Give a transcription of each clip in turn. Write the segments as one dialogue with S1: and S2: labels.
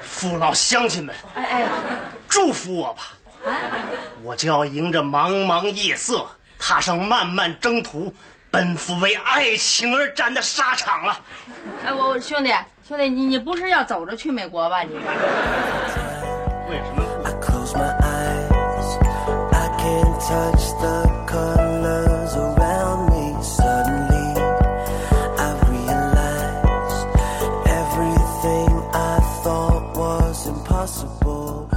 S1: 父老乡亲们，
S2: 哎哎，
S1: 祝福我吧！我就要迎着茫茫夜色，踏上漫漫征途，奔赴为爱情而战的沙场了。
S2: 哎，我我兄弟兄弟，你你不是要走着去美国吧？你
S1: 为什么不
S3: I close my eyes. I can't touch the colors around me. Suddenly, I realize everything I thought was impossible.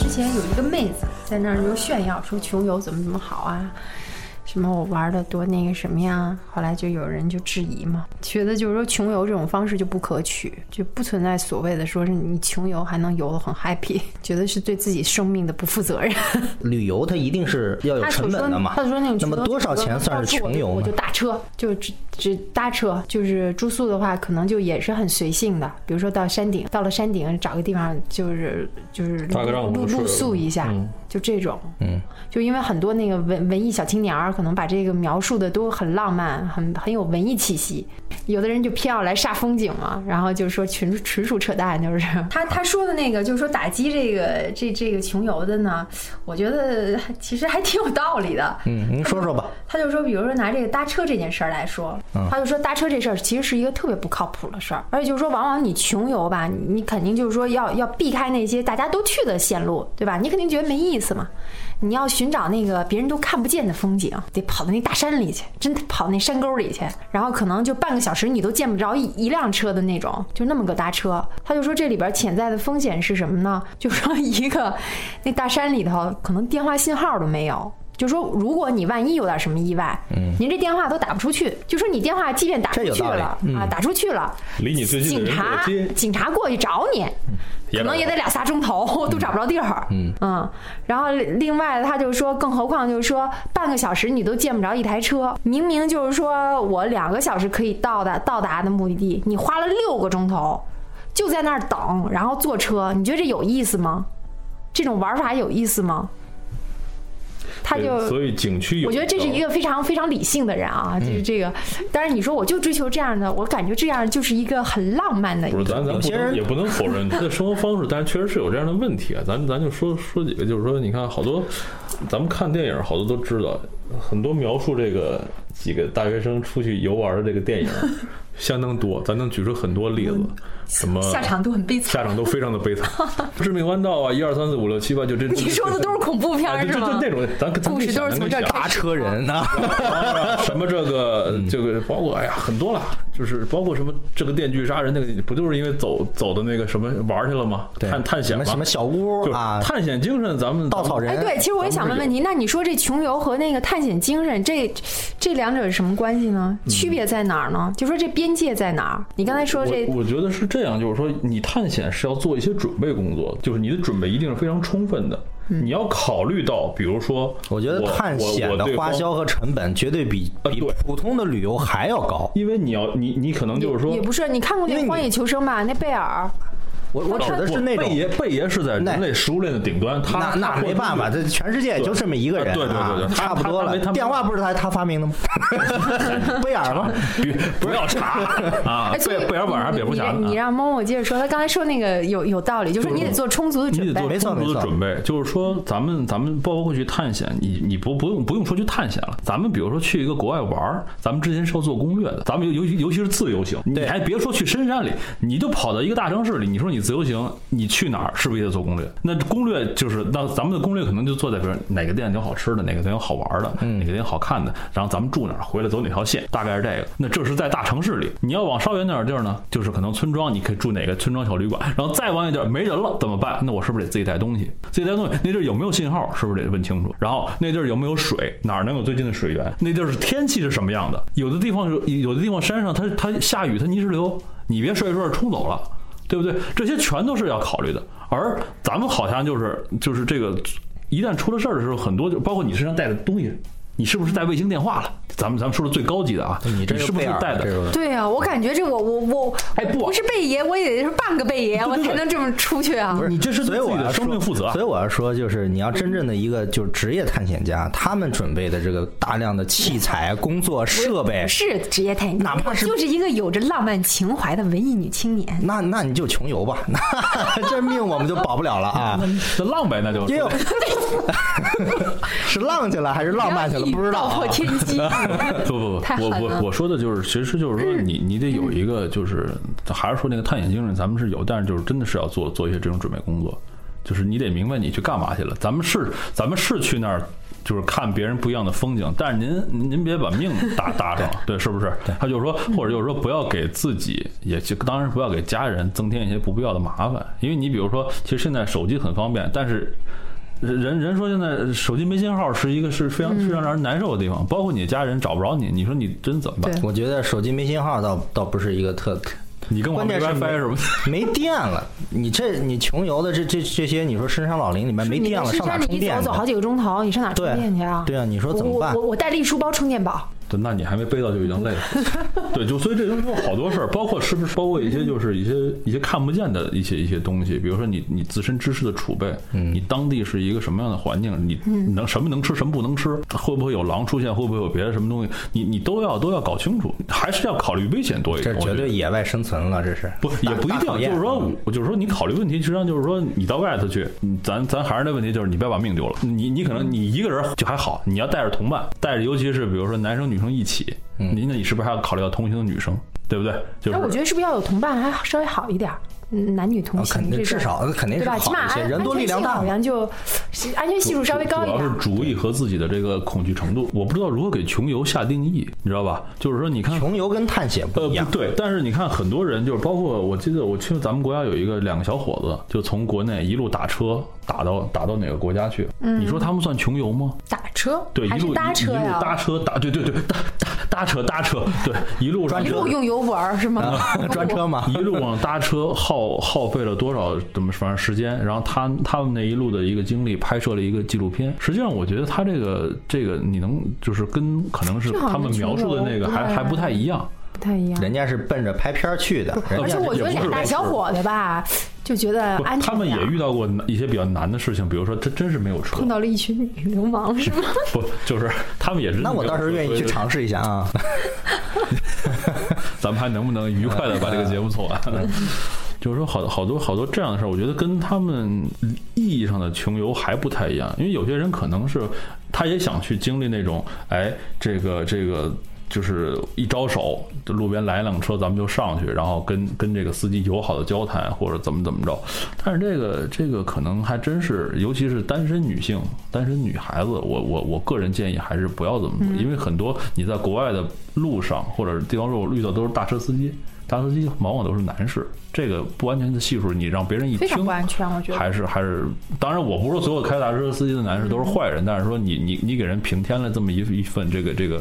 S4: 之前有一个妹子在那儿就炫耀说穷游怎么怎么好啊，什么我玩的多那个什么呀，后来就有人就质疑嘛，觉得就是说穷游这种方式就不可取，就不存在所谓的说是你穷游还能游得很 happy，觉 得是对自己生命的不负责任。
S5: 旅游它一定是要有
S4: 他
S5: 成
S4: 所
S5: 本的
S4: 说
S5: 嘛。
S4: 他说那种
S5: 那么
S4: 穷游
S5: 多少钱算是穷游
S4: 我就
S5: 呢？
S4: 打车，就只只搭车，就是住宿的话，可能就也是很随性的，比如说到山顶，到了山顶找个地方就是就是
S6: 抓个帐篷
S4: 露
S6: 睡
S4: 露宿一下，
S6: 嗯
S4: 就这种。
S5: 嗯，
S4: 就因为很多那个文文艺小青年儿，可能把这个描述的都很浪漫，很很有文艺气息。有的人就偏要来煞风景嘛，然后就说纯纯属扯淡，就是他他说的那个，就是说打击这个这这个穷游的呢，我觉得其实还挺有道理的。
S5: 嗯，您说说吧。
S4: 他就说，比如说拿这个搭车这件事儿来说，他就说搭车这事儿其实是一个特别不靠谱的事儿，而且就是说，往往你穷游吧，你你肯定就是说要要避开那些大家都去的线路，对吧？你肯定觉得没意思嘛。你要寻找那个别人都看不见的风景，得跑到那大山里去，真的跑那山沟里去，然后可能就半个小时你都见不着一一辆车的那种，就那么个搭车。他就说这里边潜在的风险是什么呢？就说一个 那大山里头可能电话信号都没有，就说如果你万一有点什么意外，嗯，您这电话都打不出去，就说你电话即便打出
S5: 这有
S4: 去
S5: 道理
S4: 了、啊，打出去了，
S6: 嗯离你最近
S4: 警
S6: 的人过
S4: 察
S6: 来接，嗯
S4: 警察过去找你，可能也得俩仨钟头， 都找不着地儿。嗯然后另外他就说，更何况就是说半个小时你都见不着一台车，明明就是说我两个小时可以到达到达的目的地，你花了六个钟头就在那儿等，然后坐车，你觉得这有意思吗？这种玩法有意思吗？他
S6: 对
S4: 就
S6: 所以景区有，哦嗯
S4: 我觉得这是一个非常非常理性的人啊，就是这个。但是你说我就追求这样的，我感觉这样就是一个很浪漫的一
S6: 不是，
S4: 个。
S6: 咱咱
S5: 有
S6: 不
S5: 些
S6: 能
S5: 人
S6: 也不能否认他的生活方式，但是确实是有这样的问题啊。咱咱就说说几个，就是说，你看好多，咱们看电影好多都知道，很多描述这个几个大学生出去游玩的这个电影 相当多，咱能举出很多例子，什么
S4: 嗯下场都很悲惨
S6: 下场都非常的悲惨， 《致命弯道》啊，一二三四五六七八，就这。
S4: 你说的都是恐怖片
S6: 哎
S4: 儿
S6: 对
S4: 是
S6: 对
S4: 吗
S6: 对？那种，咱咱
S4: 故事都是从这儿
S6: 咱
S4: 开
S5: 搭车人呢？
S6: 什么这个这个，包括哎呀很多了，就是包括什么这个电锯杀人那个，不就是因为走走的那个什么玩儿去了吗？
S5: 对
S6: 探探险
S5: 什
S6: 嘛
S5: 么什么小屋
S6: 就是
S5: 啊，
S6: 探险精神，咱们
S5: 稻草。
S4: 哎，
S5: 人。
S4: 对，其实我也想问问题，那你说这穷游和那个探险精神，这这两者是什么关系呢？
S6: 嗯
S4: 区别在哪儿呢？就说这边界在哪儿？你刚才说这
S6: 我我觉得是这样，就是说你探险是要做一些准备工作，就是你的准备一定是非常充分的，你要考虑到，比如说，
S5: 嗯我觉得探险的花，
S6: 我我对方
S5: 销和成本绝对比
S6: 呃
S5: 比
S6: 对
S5: 普通的旅游还要高。
S6: 因为你要你你可能就是说嗯
S4: 也不是，你看过那
S5: 因为
S4: 《
S5: 你
S4: 荒野求生》吧？那贝尔，
S5: 我我指的
S6: 不
S5: 是那种
S6: 贝，爷，贝爷是在
S5: 那
S6: 人类食物链的顶端，他
S5: 那
S6: 他
S5: 那
S6: 获
S5: 没
S6: 得
S5: 办法，
S6: 的
S5: 这全世界也就这么一个人啊，
S6: 对对对对对
S5: 差不多了
S6: 他他他没他。没
S5: 电话不是他他发明的吗？ 贝尔吗？
S6: 不要查啊！
S4: 哎，所以
S6: 贝贝尔晚上蝙蝠侠，啊
S4: 你你你让猫猫接着说，他刚才说那个有有道理，就是你得做充足的
S6: 你
S4: 准备
S6: 得。
S5: 没错
S6: 做充
S5: 没
S6: 足的
S5: 错
S6: 准备，就是说咱们咱们包括去探险，你你不不用不用说去探险了，啊咱们比如说去一个国外玩儿，咱们之前是要做攻略的，咱们尤尤其尤其是自由行，你
S5: 对
S6: 还别说去深山里，你就跑到一个大城市里，你说你自由行，你去哪儿是不是也得做攻略？那攻略就是那咱们的攻略可能就做在比如哪个店有好吃的，哪个店有好玩的，
S5: 嗯
S6: 哪个店有好看的，然后咱们住哪儿，回来走哪条线，大概是这个。那这是在大城市里，你要往稍远点儿地儿呢，就是可能村庄，你可以住哪个村庄小旅馆， 然后再往远点儿没人了怎么办？那我是不是得自己带东西？自己带东西，那地儿有没有信号，是不是得问清楚？然后那地儿有没有水，哪儿能有最近的水源？那地儿是天气是什么样的？有的地方有有的地方山上它它下雨它泥石流，你别睡着睡着冲走了。对不对？这些全都是要考虑的。而咱们好像就是就是这个，一旦出了事儿的时候，很多就包括你身上带的东西，你是不是带卫星电话了？咱们咱们说的最高级的啊，
S5: 你
S6: 你
S5: 这
S6: 是不是
S5: 贝尔
S6: 带
S5: 这
S6: 的？
S5: 个
S7: 对啊，我感觉这我我我，
S6: 哎不
S7: 不是贝爷，我也得是半个贝爷，我才能这么出去啊。
S6: 你这是
S5: 所以
S6: 对自
S5: 我
S6: 己
S5: 要
S6: 的生
S5: 说
S6: 命负责啊
S5: 所以！我要说，就是你要真正的一个就是职业探险家，他们准备的这个大量的器材、工作设备，
S7: 是职业探险，
S5: 哪怕是
S7: 我就是一个有着浪漫情怀的文艺女青年。
S5: 那那你就穷游吧，那这命我们就保不了了 啊！
S6: 这浪呗，那就
S5: 因 为是浪去了还是浪漫去了，不知道、
S7: 道
S5: 啊
S7: 破。天 机，
S6: 不 不
S7: 太
S6: 不，
S7: 狠
S6: 我
S7: 了嗯
S6: 我我说的就是，其实就是说你你得有一个，就是还是说那个探险精神，咱们是有，但是就是真的是要做做一些这种准备工作，就是你得明白你去干嘛去了。咱们是咱们是去那儿。就是看别人不一样的风景，但是您您您别把命 搭搭上了，对，是不是？他就是说，
S7: 嗯
S6: 或者就是说，不要给自己，也就当然不要给家人增添一些不必要的麻烦，因为你比如说，其实现在手机很方便，但是人人人说现在手机没信号是一个是非常非常让人难受的地方，包括你家人找不着你，你说你真怎么办？
S5: 我觉得手机没信号倒倒不是一个特，
S6: 你跟我
S5: 关
S6: 没
S5: 键是
S6: WiFi 是吧？
S5: 没电了。你这你穷游的这这这些，你说深山老林里面没电了，
S4: 你
S5: 上哪
S4: 深
S5: 儿
S4: 山
S5: 充
S4: 里
S5: 电
S4: 走
S5: 去？
S4: 走好几个钟头，你上哪儿充
S5: 对
S4: 电去啊？
S5: 对啊，你说怎么办
S4: 我？我我带了一书包充电宝，
S6: 对，那你还没背到就已经累了。对，就所以这东西有好多事儿，包括是不是包括一些就是一些一些看不见的一些一些东西，比如说你你自身知识的储备，
S5: 嗯
S6: 你当地是一个什么样的环境，你你能什么能吃，什么不能吃，会不会有狼出现，会不会有别的什么东西，你你都要都要搞清楚，还是要考虑危险多一
S5: 这
S6: 点。我
S5: 绝
S6: 觉
S5: 对
S6: 得
S5: 野外生存了，这是
S6: 不也
S5: 大
S6: 不一
S5: 大
S6: 定，
S5: 考验
S6: 就是说，我就是说，你考虑问题，实际上就是说，你到外头去，你咱咱还是那问题，就是你不要把命丢了。你你可能你一个人就还好，你要带着同伴，带着尤其是比如说男生女生一起，
S5: 嗯
S6: 你那你是不是还要考虑到同行的女生，对不对？就是
S4: 那哎我觉得是不是要有同伴还稍微好一点儿？嗯男女同
S5: 啊肯
S4: 行，
S5: 定
S4: 这
S5: 至
S4: 个
S5: 少肯定
S4: 对
S5: 是
S4: 吧？起
S5: 好
S4: 码哎
S5: 一些，
S4: 安
S5: 人多力量
S4: 安全性
S5: 大
S4: 好
S5: 嘛。
S4: 像就是安全系数稍微高一
S6: 主要
S4: 点
S6: 是。主意和自己的这个恐惧程度，我不知道如何给穷游下定义，你知道吧？就是说，你看
S5: 穷游跟探险不
S6: 呃，
S5: 一样
S6: 不，对，但是你看，很多人就是包括我记得，我去咱们国家有一个两个小伙子，就从国内一路打车打到打到哪个国家去？你说他们算穷游吗？
S4: 打车
S6: 对，
S4: 嗯
S6: 一
S4: 还
S6: 路
S4: 是搭
S6: 一
S4: 车
S6: 一路
S4: 呀？
S6: 搭车搭，对对对， 搭搭搭车搭车，对，一路
S5: 专
S6: 上
S4: 一
S5: 车
S4: 路用油玩儿是
S6: 呃
S4: 吗？
S5: 啊
S6: 啊
S5: 专车嘛
S6: 一。路上搭车耗耗费了多少怎么反正时间？然后他他们那一路的一个经历，拍摄了一个纪录片。实际上，我觉得他这个这个你能就是跟可能是
S4: 这好像
S6: 他们描述的那个
S4: 不
S6: 还
S4: 太
S6: 还不太一样。
S4: 不太一样。
S5: 人家是奔着拍片儿去的，人
S4: 而
S5: 家
S4: 且我觉得
S6: 呃也不
S4: 俩
S6: 是
S4: 大小伙子吧，就觉得
S6: 不
S4: 安全点儿。
S6: 他们也遇到过一些比较难的事情，比如说他真是没有车
S4: 碰，到了一群女流氓是吗？
S6: 不 就是他们也是。
S5: 那我倒是愿意去。尝试一下啊。
S6: 咱们还能不能愉快的把这个节目做完？ 就是说好，好多好多这样的事儿，我觉得跟他们意义上的穷游还不太一样，因为有些人可能是他也想去经历那种，哎，这个这个。就是一招手，这路边来一辆车，咱们就上去，然后跟跟这个司机友好的交谈，或者怎么怎么着。但是这个这个可能还真是，尤其是单身女性、单身女孩子，我我我个人建议还是不要这么做，
S4: 嗯
S6: 因为很多你在国外的路上或者地方路遇到都是大车司机，大车司机往往都是男士，这个不安全的系数，你让别人一听
S4: 非常不安全，我觉得。
S6: 还是还是，当然我不是说所有开大车司机的男士都是坏
S4: 嗯
S6: 人，但是说你你你给人平添了这么一一份这个这个，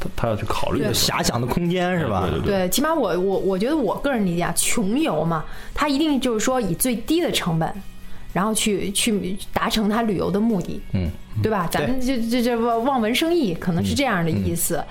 S6: 他他要去考虑 的
S5: 遐想的空间是吧
S6: 呃对？对对，
S4: 对，起码我我我觉得我个人理解啊，穷游嘛，它一定就是说以最低的成本，然后去去达成他旅游的目的，
S5: 嗯，
S4: 对吧？咱们这这这望文生义，可
S6: 嗯
S4: 能是这样的意思。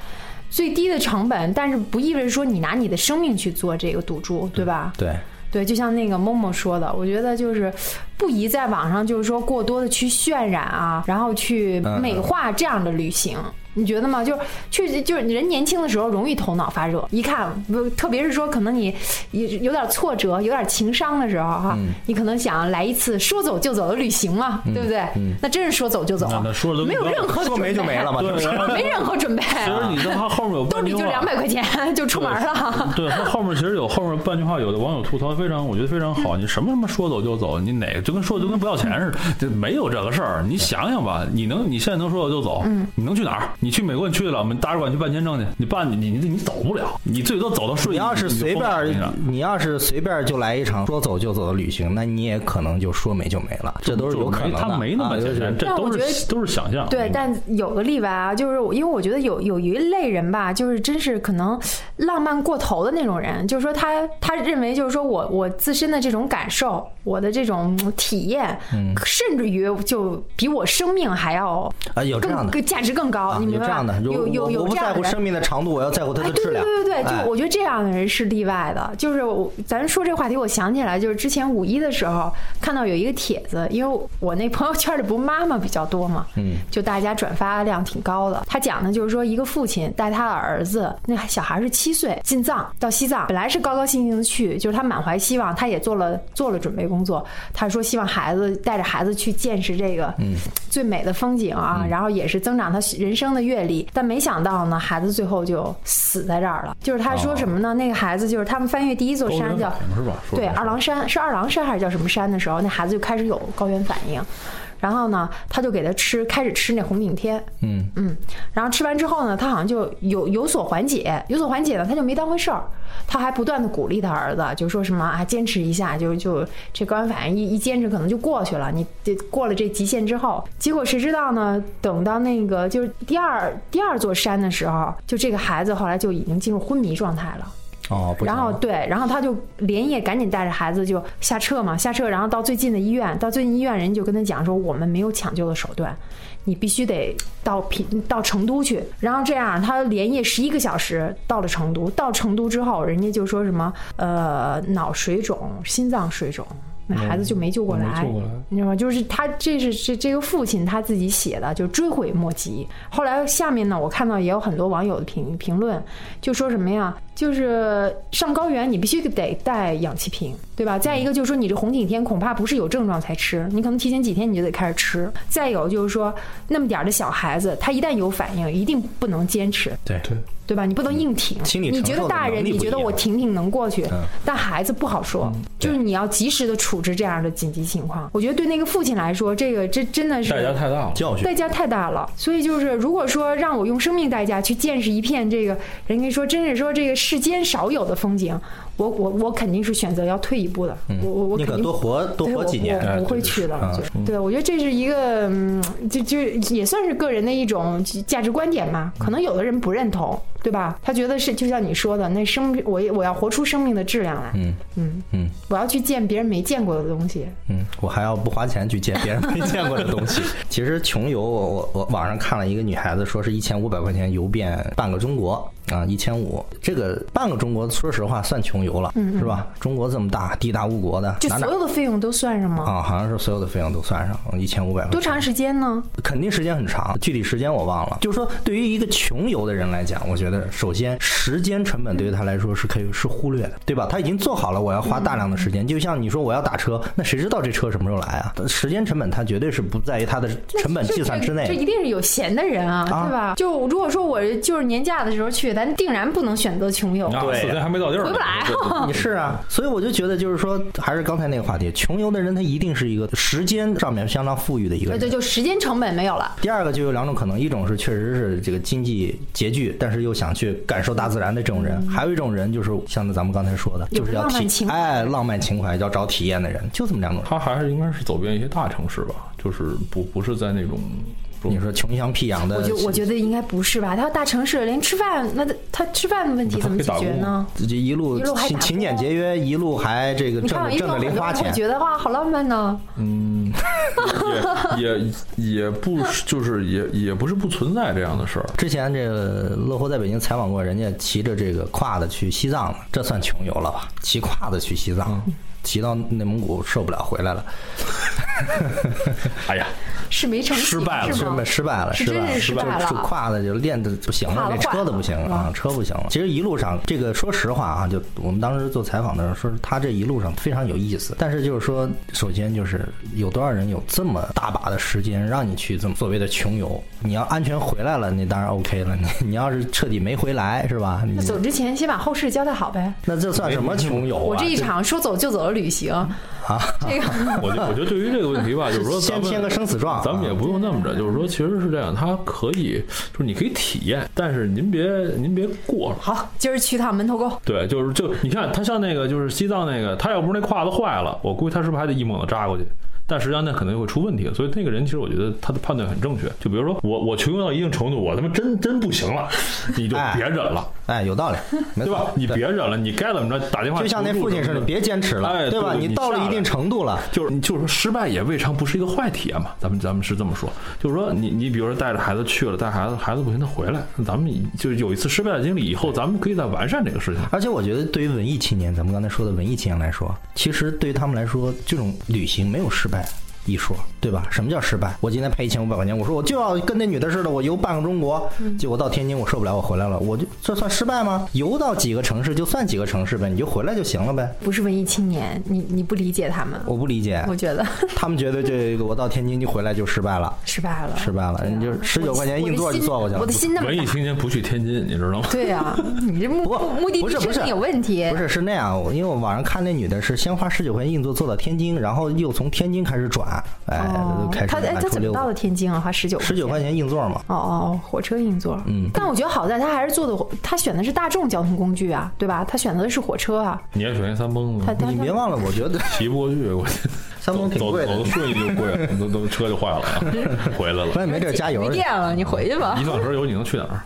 S4: 最低的成本，但是不意味着说你拿你的生命去做这个赌注，对吧？
S5: 对，
S4: 对，就像那个某某说的，我觉得就是不宜在网上就是说过多的去渲染啊，然后去
S5: 嗯
S4: 美化这样的旅行。你觉得吗？就是确实就是人年轻的时候容易头脑发热，一看不，特别是说可能你有有点挫折、有点情伤的时候哈、
S5: 嗯
S4: 你可能想来一次说走就走的旅行嘛，对不对、那真是说走就走
S6: 那，那说的都
S4: 没有任何的
S5: 嗯说
S4: 准
S5: 没
S4: 备
S5: 就没了嘛，就是
S4: 没任何准备，
S6: 其实你的话后面有
S4: 兜
S6: 半
S4: 里
S6: 句
S4: 就
S6: 话
S4: 两百块钱 就出门 了。
S6: 对，它后面其实有后面半句话，有的网友吐槽非常，我觉得非常好。你什么什么说走就走，你哪个就跟说就跟不要钱似的，这没有这个事儿。你想想吧，你能你现在能说走就走，
S4: 嗯
S6: 你能去哪儿？你去美国你去得了吗？你大使馆去办签证去，你办你你你走不了，你最多走到顺
S5: 你
S6: 义。
S5: 要是
S6: 你就
S5: 随
S6: 疯了你知道
S5: 便，你要是随便就来一场说走就走的旅行，那你也可能就说没就没了，这都是有可能的。啊
S6: 他没那么简单，这
S4: 但我
S6: 都
S4: 觉
S6: 是
S4: 得
S6: 都是想象。
S5: 嗯
S4: 对，但有个例外啊，就是我因为我觉得有有一类人吧，就是真是可能浪漫过头的那种人，就是说他他认为就是说我我自身的这种感受，我的这种嗯体验，甚至于就比我生命还要
S5: 啊，有这样
S4: 更
S5: 的
S4: 更价值更高，
S5: 啊
S4: 哦你
S5: 有这样的，
S4: 明白吧有有
S5: 我
S4: 有
S5: 我不
S4: 这样
S5: 在
S4: 的
S5: 乎
S4: 人
S5: 生命的长度，我要在乎它
S4: 哎，
S5: 的
S4: 对
S5: 质
S4: 对
S5: 量。
S4: 对对对，
S5: 哎
S4: 就我觉得这样的人是例外的。就是我，咱说这话题，我想起来，就是之前五一的时候看到有一个帖子，因为我那朋友圈里不妈妈比较多嘛，嗯，就大家转发量挺高的。他讲的就是说，一个父亲带他的儿子，那小孩是七岁，进藏到西藏，本来是高高兴兴的去，就是他满怀希望，他也做了做了准备工作。他说希望孩子带着孩子去见识这个
S6: 嗯
S4: 最美的风景啊，然后也是增长他人生的阅历。但没想到呢，孩子最后就死在这儿了。就是他说什么呢？那个孩子就是他们翻越第一座
S6: 啊高
S4: 山
S6: 原
S4: 叫
S6: 反应是吧说
S4: 对
S6: 的是
S4: 二郎山，是二郎山还是叫什么山的时候，那孩子就开始有高原反应。然后呢，他就给他吃，开始吃那红顶天，
S5: 嗯
S4: 嗯，然后吃完之后呢，他好像就有有所缓解，有所缓解呢，他就没当回事儿，他还不断的鼓励他儿子，就说什么啊，坚持一下，就就这高原反应一一坚持可能就过去了，你得过了这极限之后，结果谁知道呢？等到那个就是第二第二座山的时候，就这个孩子后来就已经进入昏迷状态了。
S5: 哦，不行
S4: 然后
S5: 了
S4: 对，然后他就连夜赶紧带着孩子就下车嘛，下车，然后到最近的医院，到最近医院人就跟他讲说，我们没有抢救的手段，你必须得到 平到成都去。然后这样，他连夜十一个小时到了成都，到成都之后，人家就说什么呃脑水肿、心脏水肿。那孩子就没救过
S6: 没
S4: 来，
S6: 救过来
S4: 你知道吗？就是他，这是这这个父亲他自己写的，就追悔莫及。后来下面呢，我看到也有很多网友的评评论，就说什么呀？就是上高原你必须得带氧气瓶，对吧？再一个就是说你这红景天恐怕不是有症状才吃，你可能提前几天你就得开始吃。再有就是说那么点儿的小孩子，他一旦有反应，一定不能坚持，
S5: 对
S6: 对
S4: 对吧？你不能硬挺。
S5: 嗯心理
S4: 你
S5: 承
S4: 觉
S5: 受
S4: 得
S5: 的
S4: 大
S5: 能
S4: 人，
S5: 力
S4: 你
S5: 不
S4: 觉
S5: 一
S4: 得
S5: 样
S4: 我挺挺能过去
S5: 嗯，
S4: 但孩子不好说，就是你要及时的处置这样的紧急情况。我觉得对那个父亲来说，这个这真的是
S6: 代价太大了。
S5: 教训
S4: 代价太大了。所以就是，如果说让我用生命代价去见识一片这个，人家说真是说这个世间少有的风景，我我我肯定是选择要退一步的。我我我
S5: 宁可
S4: 肯定
S5: 嗯多活多
S4: 对
S5: 活
S4: 我
S5: 几年，
S4: 我
S5: 哎
S4: 不会
S5: 对
S4: 去的。
S5: 啊
S4: 我觉得对，我觉得这是一个，嗯，就就也算是个人的一种价值观点嘛。可能有的人不认同，对吧？他觉得是就像你说的，那生命，我我要活出生命的质量来。
S5: 嗯
S4: 嗯
S5: 嗯，
S4: 我要去见别人没见过的东西。
S5: 嗯，我还要不花钱去见别人没见过的 东西。其实穷游，我我我网上看了一个女孩子说是一千五百块钱游遍半个中国啊，一千五，这个半个中国说实话算穷游了，是吧？中国这么大，地大物博的，
S4: 嗯就
S5: 哪哪
S4: 所有的费用都算上吗？
S5: 啊，好像是所有的费用都算上，一千五百块
S4: 多
S5: 钱。
S4: 长时间呢？
S5: 肯定时间很长，具体时间我忘了。就是说，对于一个穷游的人来讲，我觉得首先时间成本对于他来说是可以是忽略的，对吧？他已经做好了，我要花大量的时间。就像你说我要打车，那谁知道这车什么时候来啊？时间成本它绝对是不在于它的成本计算之
S4: 这
S5: 内。
S4: 一定是有闲的人啊，
S5: 啊
S4: 对吧？就如果说我就是年假的时候去，咱定然不能选择穷游。
S6: 啊，
S5: 对
S6: 死还没到地儿呢，
S4: 回不来
S6: 对对对
S5: 你是啊，所以我就觉得就是说，还是刚才那个话题，穷游的人他一定是一个时间上面相当富裕的一
S4: 对
S5: 个人。
S4: 呃对，就时间成本没有了。
S5: 第二个就有两种可能，一种是确实是这个经济拮据，但是又想去感受大自然的这种人；还有一种人就是像咱们刚才说的，
S4: 有
S5: 就是要
S4: 浪漫
S5: 体
S4: 情怀
S5: 哎浪漫情怀，要找体验的人，就这么两种。
S6: 他还是应该是走遍一些大城市吧，就是不不是在那种。
S5: 你说穷乡僻壤的，
S4: 我就我觉得应该不是吧？他要大城市，连吃饭那他吃饭的问题
S6: 他
S4: 怎么
S6: 可以
S4: 解
S6: 打
S4: 决
S6: 工
S4: 呢？
S5: 自己一路
S4: 一路还
S5: 勤
S4: 打工
S5: 勤俭节约，一路还这个
S4: 你看
S5: 挣
S4: 我一说，
S5: 挣的
S4: 很
S5: 零
S4: 多
S5: 花
S4: 人会
S5: 钱。
S4: 觉得哇，好浪漫呢。
S6: 嗯， 也也也不是就是也也不是不存在这样的事儿，
S5: 之前这个乐活在北京采访过，人家骑着这个胯子去西藏了，这算穷游了吧？骑胯子去西藏，
S4: 嗯
S5: 骑到内蒙古受不了回来了，
S6: 哎呀，
S4: 是没成
S6: 失败了
S4: 是
S5: 失
S4: 吗
S5: 败？失败了，
S4: 是
S5: 失败
S4: 真是失败了
S5: 就就胯子就练的不行
S4: 胯子
S5: 了，这
S4: 坏
S5: 车
S4: 了
S5: 子不行了
S4: 啊
S5: 啊，车不行了。其实一路上这个说实话啊，就我们当时做采访的时候，说是他这一路上非常有意思。但是就是说，首先就是有多少人有这么大把的时间让你去这么所谓的穷游？你要安全回来了，那当然 OK 了。 你你要是彻底没回来，是吧？你
S4: 那走之前先把后事交代好呗。
S5: 那这算什么穷游啊？啊
S4: 我这一场说走就走的旅行，
S5: 嗯
S4: 这 个
S6: 我就我觉得对于这个问题吧，就是说咱
S5: 先
S6: 们
S5: 签个生死
S4: 啊
S5: 状，啊
S6: 咱们也不用那么着，就是说其实是这样，它可以就是你可以体验，但是您别您别过了。
S4: 好，今儿去趟门头沟。
S6: 对，就是就你看，他像那个就是西藏那个，他要不是那胯子坏了，我估计他是不是还得一猛子扎过去？但实际上那可能就会出问题。所以那个人其实我觉得他的判断很正确。就比如说我 我穷到一定程度，我他妈真真不行了，你就
S5: 哎
S6: 别忍了，
S5: 哎，有道理，没
S6: 对
S5: 错
S6: 吧？你别忍了，你该怎么着打电话
S5: 就像那
S6: 求助
S5: 父亲
S6: 什
S5: 似
S6: 么
S5: 的，别坚持
S6: 哎
S5: 了，对吧？
S6: 你
S5: 你到了
S6: 下
S5: 一
S6: 来
S5: 定程度了，
S6: 就是就是说失败也未尝不是一个坏体验啊嘛。咱们咱们是这么说，就是说你你比如说带着孩子去了，带孩子孩子不行，他回来，咱们就有一次失败的经历以后，咱们可以再完善这个事情。
S5: 而且我觉得，对于文艺青年，咱们刚才说的文艺青年来说，其实对于他们来说，这种旅行没有失败一说，对吧？什么叫失败？我今天赔一千五百块钱，我说我就要跟那女的似的，我游半个中国，
S4: 嗯
S5: 结果到天津我受不了，我回来了，我就这算失败吗？游到几个城市就算几个城市呗，你就回来就行了呗。
S4: 不是文艺青年，你你不理解他们，
S5: 我不理 解，
S4: 我 觉得
S5: 他们觉得这个我到天津就回来就失败了，
S4: 失败了，
S5: 失败了，人就十九块钱硬座就坐过去了。
S4: 我的心那么
S6: 文艺
S4: 大。
S6: 青年不去天津，你知道吗？
S4: 对 啊，你这目
S5: 不
S4: 目的
S5: 不是
S4: 地
S5: 不
S4: 设
S5: 是
S4: 定有问题哦
S5: 不。是是那样，我因为我网上看那女的是先花十九块钱硬座坐到天津，然后又从天津开始转，哎，
S4: 哦
S5: 就开，始
S4: 他哎，
S5: 满
S4: 他
S5: 处
S4: 怎么
S5: 溜
S4: 到的天津啊？花十九
S5: 十九块钱硬座嘛。
S4: 哦哦，火车硬座。嗯，但我觉得好在他还是坐的，他选的是大众交通工具啊，对吧？他选择的是火车啊。
S6: 你还首先三蹦
S4: 他
S6: 子，
S4: 他
S5: 嗯你别忘了，我觉 得
S6: 骑不过去，我
S5: 三蹦挺
S6: 走
S5: 贵
S6: 走
S5: 的
S6: 的，顺一就贵了，都都车就坏了，啊回来
S5: 关
S6: 了。
S5: 键没地儿加油
S7: 没
S5: 去。
S7: 电了，你回去吧
S6: 一。小时有你能去哪儿？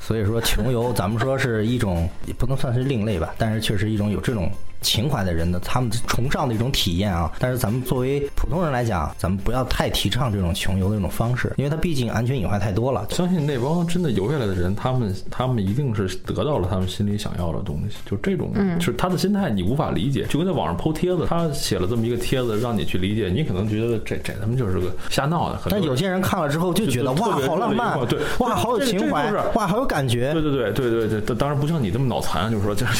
S5: 所以说穷游，咱们说是一种也不能算是另类吧，但是确实一种有这种情怀的人的他们崇尚的一种体验啊。但是咱们作为普通人来讲，咱们不要太提倡这种穷游的这种方式，因为它毕竟安全隐患太多了。
S6: 相信那帮真的游下来的人，他们他们一定是得到了他们心里想要的东西。就这种，
S4: 嗯
S6: 就是他的心态你无法理解，就跟在网上剖帖子，他写了这么一个帖子让你去理解，你可能觉得这这他妈就是个瞎闹的。可能
S5: 但有些人看了之后就觉得
S6: 就就
S5: 哇，
S6: 特别
S5: 好浪漫
S6: 特别愉快，对
S5: 哇，好有
S6: 这
S5: 情怀
S6: 这就是，
S5: 哇，好有感觉
S6: 对。对对对对对，当当然不像你这么脑残，啊就是说， 就是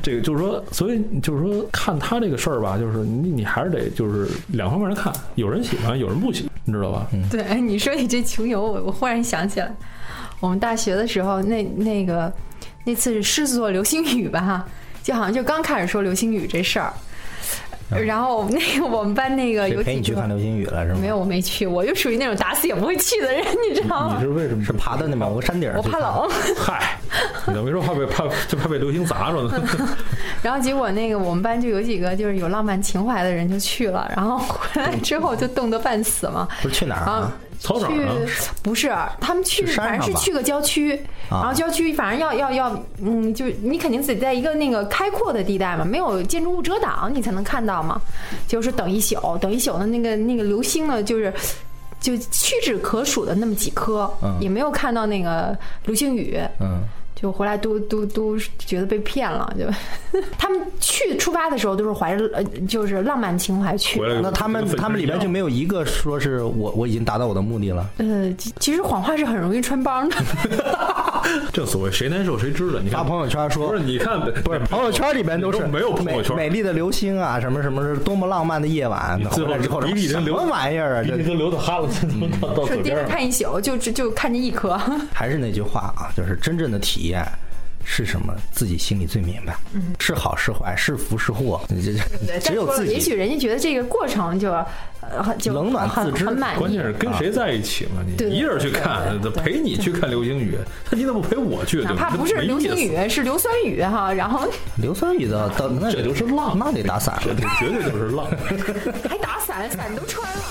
S6: 这个，就是说，所以就是说，看他这个事儿吧，就是你你还是得就是两方面来看，有人喜欢，有人不喜欢，你知道吧？嗯，
S7: 对，哎，你说你这穷游，我我忽然想起来，
S4: 我们大学的时候，那那个那次是狮子座流星雨吧，就好像就刚开始说流星雨这事儿，
S7: 然后那个我们班那个
S5: 嗯谁
S7: 有
S5: 陪
S7: 几
S5: 你去
S7: 个
S5: 看流星雨了是吗？
S7: 没有，我没去，我就属于那种打死也不会去的人，你知道
S6: 你
S7: 吗？
S6: 是为什么
S5: 是爬到那某个山顶儿
S7: 我
S5: 去
S7: 怕
S5: 看
S7: 冷。
S6: 嗨，你怎么没说怕被怕就怕被流星砸着呢？
S7: 然后结果那个我们班就有几个就是有浪漫情怀的人就去了，然后回来之后就冻得半死嘛。
S5: 不是去哪
S7: 然
S5: 儿
S7: 后
S5: 啊？
S6: 操场上
S7: 去
S4: 不是，他们去
S5: 是山
S4: 反正
S5: 上
S4: 是
S5: 吧
S4: 去个郊区，然
S5: 啊
S4: 后郊区反正要要要，嗯，就是你肯定得在一个那个开阔的地带嘛，没有建筑物遮挡，你才能看到嘛。就是等一宿，等一宿的那个那个流星呢，就是。就屈指可数的那么几颗，
S5: 嗯
S4: 也没有看到那个流星雨，
S5: 嗯，
S4: 就回来都都都觉得被骗了，就 他们去出发的时候都是怀着呃就是浪漫情怀去的，
S6: 回来
S5: 那他们
S6: 跟粉丝
S5: 他们里边
S6: 一样
S5: 就没有一个说是我我已经达到我的目的了。
S4: 呃，其其实谎话是很容易穿帮的。
S6: 正所谓谁难受谁知道。你看
S5: 发朋友圈说
S6: 不是你看
S5: 不是朋友圈里边都是
S6: 没有朋友圈
S5: 美美丽的流星啊，什么什么是多么浪漫的夜晚
S6: 你。
S5: 回
S6: 最后
S5: 来之后
S6: 鼻涕
S5: 什
S6: 都流
S5: 么玩意儿啊？
S6: 鼻涕
S5: 这嗯
S6: 都流到哈了，到到嘴
S4: 盯
S6: 边
S4: 着
S6: 上。
S4: 看一宿，就就就看见一 颗。
S5: 还是那句话啊，就是真正的体验。是什么？自己心里最明白，是好是坏，是福是祸，你这这只有
S4: 嗯但说
S5: 自
S4: 了也许
S5: 己。
S4: 人家觉得这个过程就呃很就
S5: 冷暖
S4: 很
S5: 自知
S4: 很满
S6: 关
S4: 意
S6: 键。是跟谁在一起嘛？你
S4: 对
S6: 一人去看，陪你去看流星雨，他你怎么不陪我去？
S4: 哪
S6: 对
S4: 怕
S6: 吧
S4: 不是流星，
S6: 这没意思
S4: 雨，是硫酸雨哈，然后
S5: 硫酸雨的到那
S6: 这就是浪
S5: 那得打伞了
S6: 这。这绝对就是浪。
S4: 还打伞，伞都穿了。